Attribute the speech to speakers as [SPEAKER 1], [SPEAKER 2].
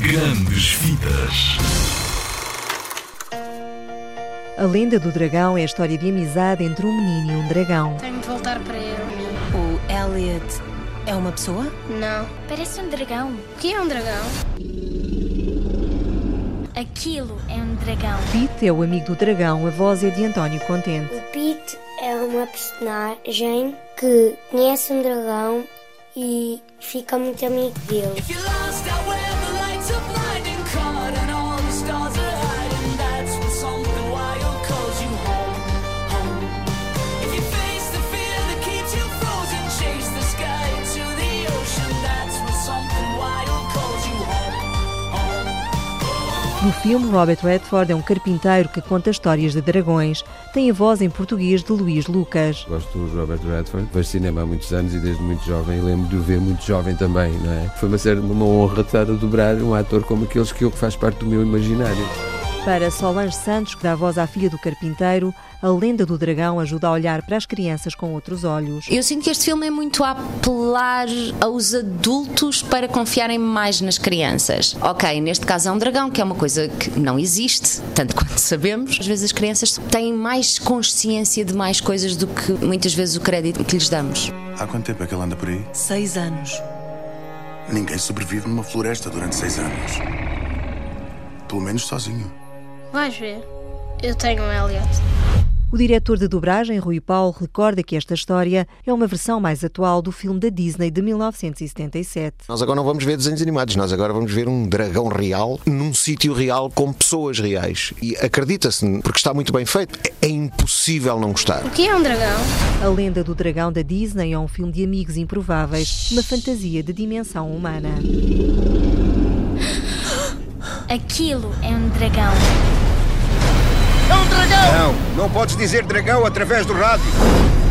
[SPEAKER 1] Grandes Vidas.
[SPEAKER 2] A lenda do dragão é a história de amizade entre um menino e um dragão.
[SPEAKER 3] Tenho de voltar para eu.
[SPEAKER 4] O Elliot é uma pessoa?
[SPEAKER 3] Não.
[SPEAKER 5] Parece um dragão.
[SPEAKER 3] O que é um dragão?
[SPEAKER 5] Aquilo é um dragão.
[SPEAKER 2] Pete é o amigo do dragão, a voz é de António Contente.
[SPEAKER 6] O Pete é uma personagem que conhece um dragão e fica muito amigo dele.
[SPEAKER 7] If you're lost out where the lights are blinding caught and all the stars are hiding, that's when something wild calls you home, home. If you face the fear that keeps you frozen, chase the sky to the ocean, that's when something wild calls you home, home.
[SPEAKER 2] No filme, Robert Redford é um carpinteiro que conta histórias de dragões. Tem a voz em português de Luís Lucas.
[SPEAKER 8] Gosto do Robert Redford, vejo cinema há muitos anos e desde muito jovem, e lembro de o ver muito jovem também, não é? Foi uma, série, uma honra estar a dobrar um ator como aqueles que eu que faz parte do meu imaginário.
[SPEAKER 2] Para Solange Santos, que dá voz à filha do carpinteiro, a lenda do dragão ajuda a olhar para as crianças com outros olhos.
[SPEAKER 9] Eu sinto que este filme é muito a apelar aos adultos para confiarem mais nas crianças. Ok, neste caso é um dragão, que é uma coisa que não existe, tanto quanto sabemos. Às vezes as crianças têm mais consciência de mais coisas do que muitas vezes o crédito que lhes damos.
[SPEAKER 10] Há quanto tempo é que ele anda por aí?
[SPEAKER 4] Seis anos.
[SPEAKER 10] Ninguém sobrevive numa floresta durante seis anos. Pelo menos sozinho.
[SPEAKER 3] Vais ver. Eu tenho um Elliot.
[SPEAKER 2] O diretor de dobragem, Rui Paulo, recorda que esta história é uma versão mais atual do filme da Disney de 1977.
[SPEAKER 11] Nós agora não vamos ver desenhos animados, nós agora vamos ver um dragão real num sítio real com pessoas reais. E acredita-se, porque está muito bem feito, é- é impossível não gostar.
[SPEAKER 3] O que é um dragão?
[SPEAKER 2] A lenda do dragão da Disney é um filme de amigos improváveis, uma fantasia de dimensão humana.
[SPEAKER 5] Aquilo é um dragão.
[SPEAKER 12] Não, não podes dizer dragão através do rádio.